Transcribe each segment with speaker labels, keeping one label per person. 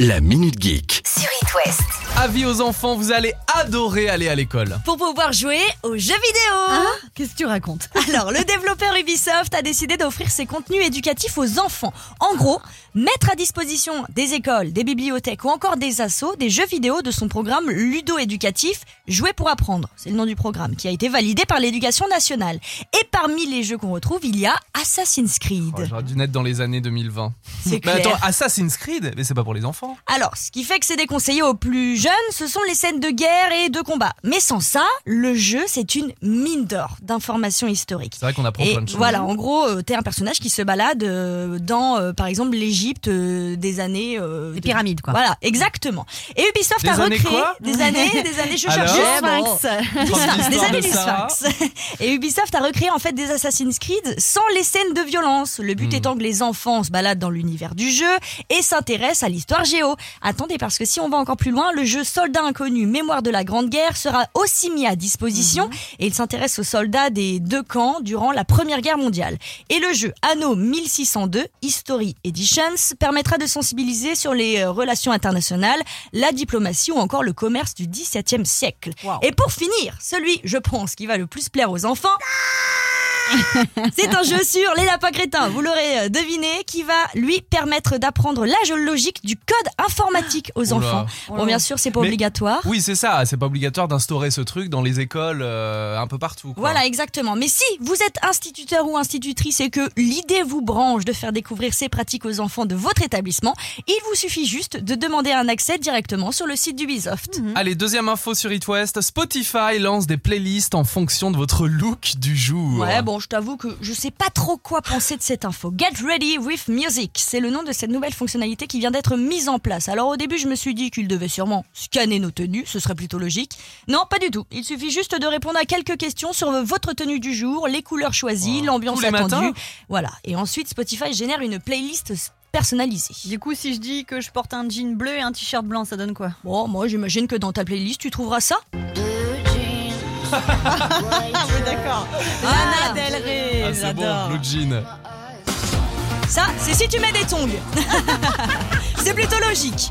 Speaker 1: La Minute Geek.
Speaker 2: sur It West.
Speaker 3: Avis aux enfants, vous allez adorer aller à l'école.
Speaker 2: Pour pouvoir jouer aux jeux vidéo.
Speaker 4: Ah. Qu'est-ce que tu racontes
Speaker 2: Alors, le développeur Ubisoft a décidé d'offrir ses contenus éducatifs aux enfants. En gros, mettre à disposition des écoles, des bibliothèques ou encore des assos des jeux vidéo de son programme Ludo éducatif Jouer pour apprendre. C'est le nom du programme qui a été validé par l'éducation nationale. Et parmi les jeux qu'on retrouve, il y a Assassin's Creed.
Speaker 3: Oh, J'aurais dû naître dans les années 2020.
Speaker 2: C'est
Speaker 3: Mais
Speaker 2: clair.
Speaker 3: attends, Assassin's Creed, mais c'est pas pour les enfants.
Speaker 2: Alors, ce qui fait que c'est déconseillé aux plus jeunes, ce sont les scènes de guerre et de combat. Mais sans ça, le jeu, c'est une mine d'or d'informations historiques.
Speaker 3: C'est vrai qu'on apprend
Speaker 2: Et
Speaker 3: plein de choses.
Speaker 2: voilà, en gros, euh, t'es un personnage qui se balade euh, dans, euh, par exemple, l'Égypte euh, des années. euh,
Speaker 4: Les
Speaker 2: de-
Speaker 4: pyramides, quoi.
Speaker 2: Voilà, exactement. Et Ubisoft
Speaker 3: Des
Speaker 2: a
Speaker 3: années
Speaker 2: recréé
Speaker 3: quoi
Speaker 2: des années, des années. Je
Speaker 3: Alors
Speaker 2: cherche
Speaker 4: Eh
Speaker 3: Juste
Speaker 4: ben,
Speaker 2: bon. Du
Speaker 3: Prendre
Speaker 2: sphinx, des
Speaker 3: l'histoire
Speaker 2: années
Speaker 3: de
Speaker 2: du
Speaker 3: Sarah.
Speaker 2: sphinx. Et Ubisoft a recréé en fait des Assassin's Creed sans les scènes de violence. Le but
Speaker 3: Hmm.
Speaker 2: étant que les enfants se baladent dans l'univers du jeu et s'intéressent à l'histoire géo. Attendez, parce que si on va encore plus loin, le jeu Soldats inconnus, mémoire de la Grande Guerre sera aussi mis à disposition
Speaker 3: Hmm.
Speaker 2: et il s'intéresse aux soldats des deux camps durant la Première Guerre mondiale. Et le jeu Anno 1602 History Editions permettra de sensibiliser sur les euh, relations internationales, la diplomatie ou encore le commerce du XVIIe siècle.
Speaker 4: Wow.
Speaker 2: Et pour finir, celui, je pense, qui va le plus plaire aux enfants. C'est un jeu sur les lapins crétins, vous l'aurez euh, deviné, qui va lui permettre d'apprendre l'âge logique du code informatique aux
Speaker 3: Oula. Oh
Speaker 2: enfants. Bon, bien sûr, c'est pas
Speaker 3: Mais-
Speaker 2: obligatoire.
Speaker 3: Oui, c'est ça, c'est pas obligatoire d'instaurer ce truc dans les écoles euh, un peu partout. quoi.
Speaker 2: Voilà, exactement. Mais si vous êtes instituteur ou institutrice et que l'idée vous branche de faire découvrir ces pratiques aux enfants de votre établissement, il vous suffit juste de demander un accès directement sur le site d'Ubisoft.
Speaker 3: Allez, deuxième info sur It West, Spotify lance des playlists en fonction de votre look du jour.
Speaker 2: Ouais, bah, bon, je t'avoue que je sais pas trop quoi penser de cette info. Get ready with music, c'est le nom de cette nouvelle fonctionnalité qui vient d'être mise en place. Alors au début, je me suis dit qu'il devait sûrement scanner nos tenues, ce serait plutôt logique. Non, pas du tout. Il suffit juste de répondre à quelques questions sur votre tenue du jour, les couleurs choisies,
Speaker 3: Wow.
Speaker 2: l'ambiance
Speaker 3: Tous les
Speaker 2: attendue.
Speaker 3: matins
Speaker 2: voilà, et ensuite Spotify génère une playlist personnalisée.
Speaker 4: Du coup, si je dis que je porte un jean bleu et un t-shirt blanc, ça donne quoi
Speaker 2: Bon, moi j'imagine que dans ta playlist, tu trouveras ça.
Speaker 4: Ah oui, d'accord.
Speaker 2: Ah,
Speaker 4: Lana Del Rey,
Speaker 3: Ah, c'est bon,
Speaker 4: j'adore.
Speaker 3: Blue Jean.
Speaker 2: ça, c'est si tu mets des tongs. c'est plutôt logique.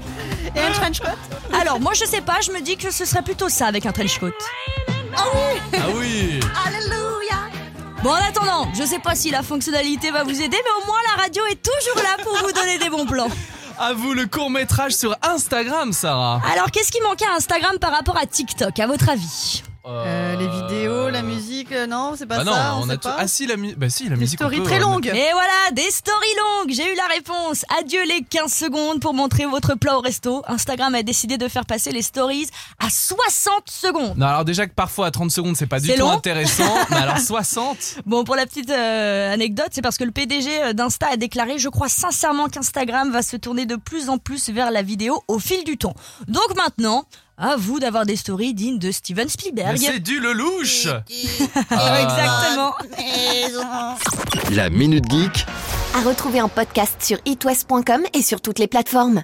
Speaker 4: et un trench coat
Speaker 2: Alors, moi, je sais pas, je me dis que ce serait plutôt ça avec un trench coat.
Speaker 3: Ah oui
Speaker 2: Bon, en attendant, je sais pas si la fonctionnalité va vous aider, mais au moins la radio est toujours là pour vous donner des bons plans.
Speaker 3: À vous le court-métrage sur Instagram, Sarah.
Speaker 2: Alors, qu'est-ce qui manquait à Instagram par rapport à TikTok, à votre avis
Speaker 4: Euh, Les vidéos, la musique, euh, non, c'est pas
Speaker 3: Bah non,
Speaker 4: ça.
Speaker 3: on,
Speaker 4: sait
Speaker 3: a tout-
Speaker 4: pas.
Speaker 3: Ah si, la, mu- bah, si, la
Speaker 4: Des
Speaker 3: musique. on
Speaker 4: stories
Speaker 3: peut,
Speaker 4: très
Speaker 3: euh,
Speaker 4: longues.
Speaker 2: Et voilà, des stories longues, j'ai eu la réponse. Adieu les 15 secondes pour montrer votre plat au resto. Instagram a décidé de faire passer les stories à 60 secondes.
Speaker 3: Non, alors déjà que parfois à 30 secondes, c'est pas du
Speaker 2: C'est
Speaker 3: tout
Speaker 2: long.
Speaker 3: intéressant, mais alors 60
Speaker 2: Bon, pour la petite euh, anecdote, c'est parce que le PDG euh, d'Insta a déclaré Je crois sincèrement qu'Instagram va se tourner de plus en plus vers la vidéo au fil du temps. Donc maintenant, à vous d'avoir des stories dignes de Steven
Speaker 3: Mais
Speaker 2: Spielberg.
Speaker 3: c'est du lelouch Ah.
Speaker 2: Exactement.
Speaker 1: La Minute Geek
Speaker 5: à retrouver en podcast sur itwest.com et sur toutes les plateformes.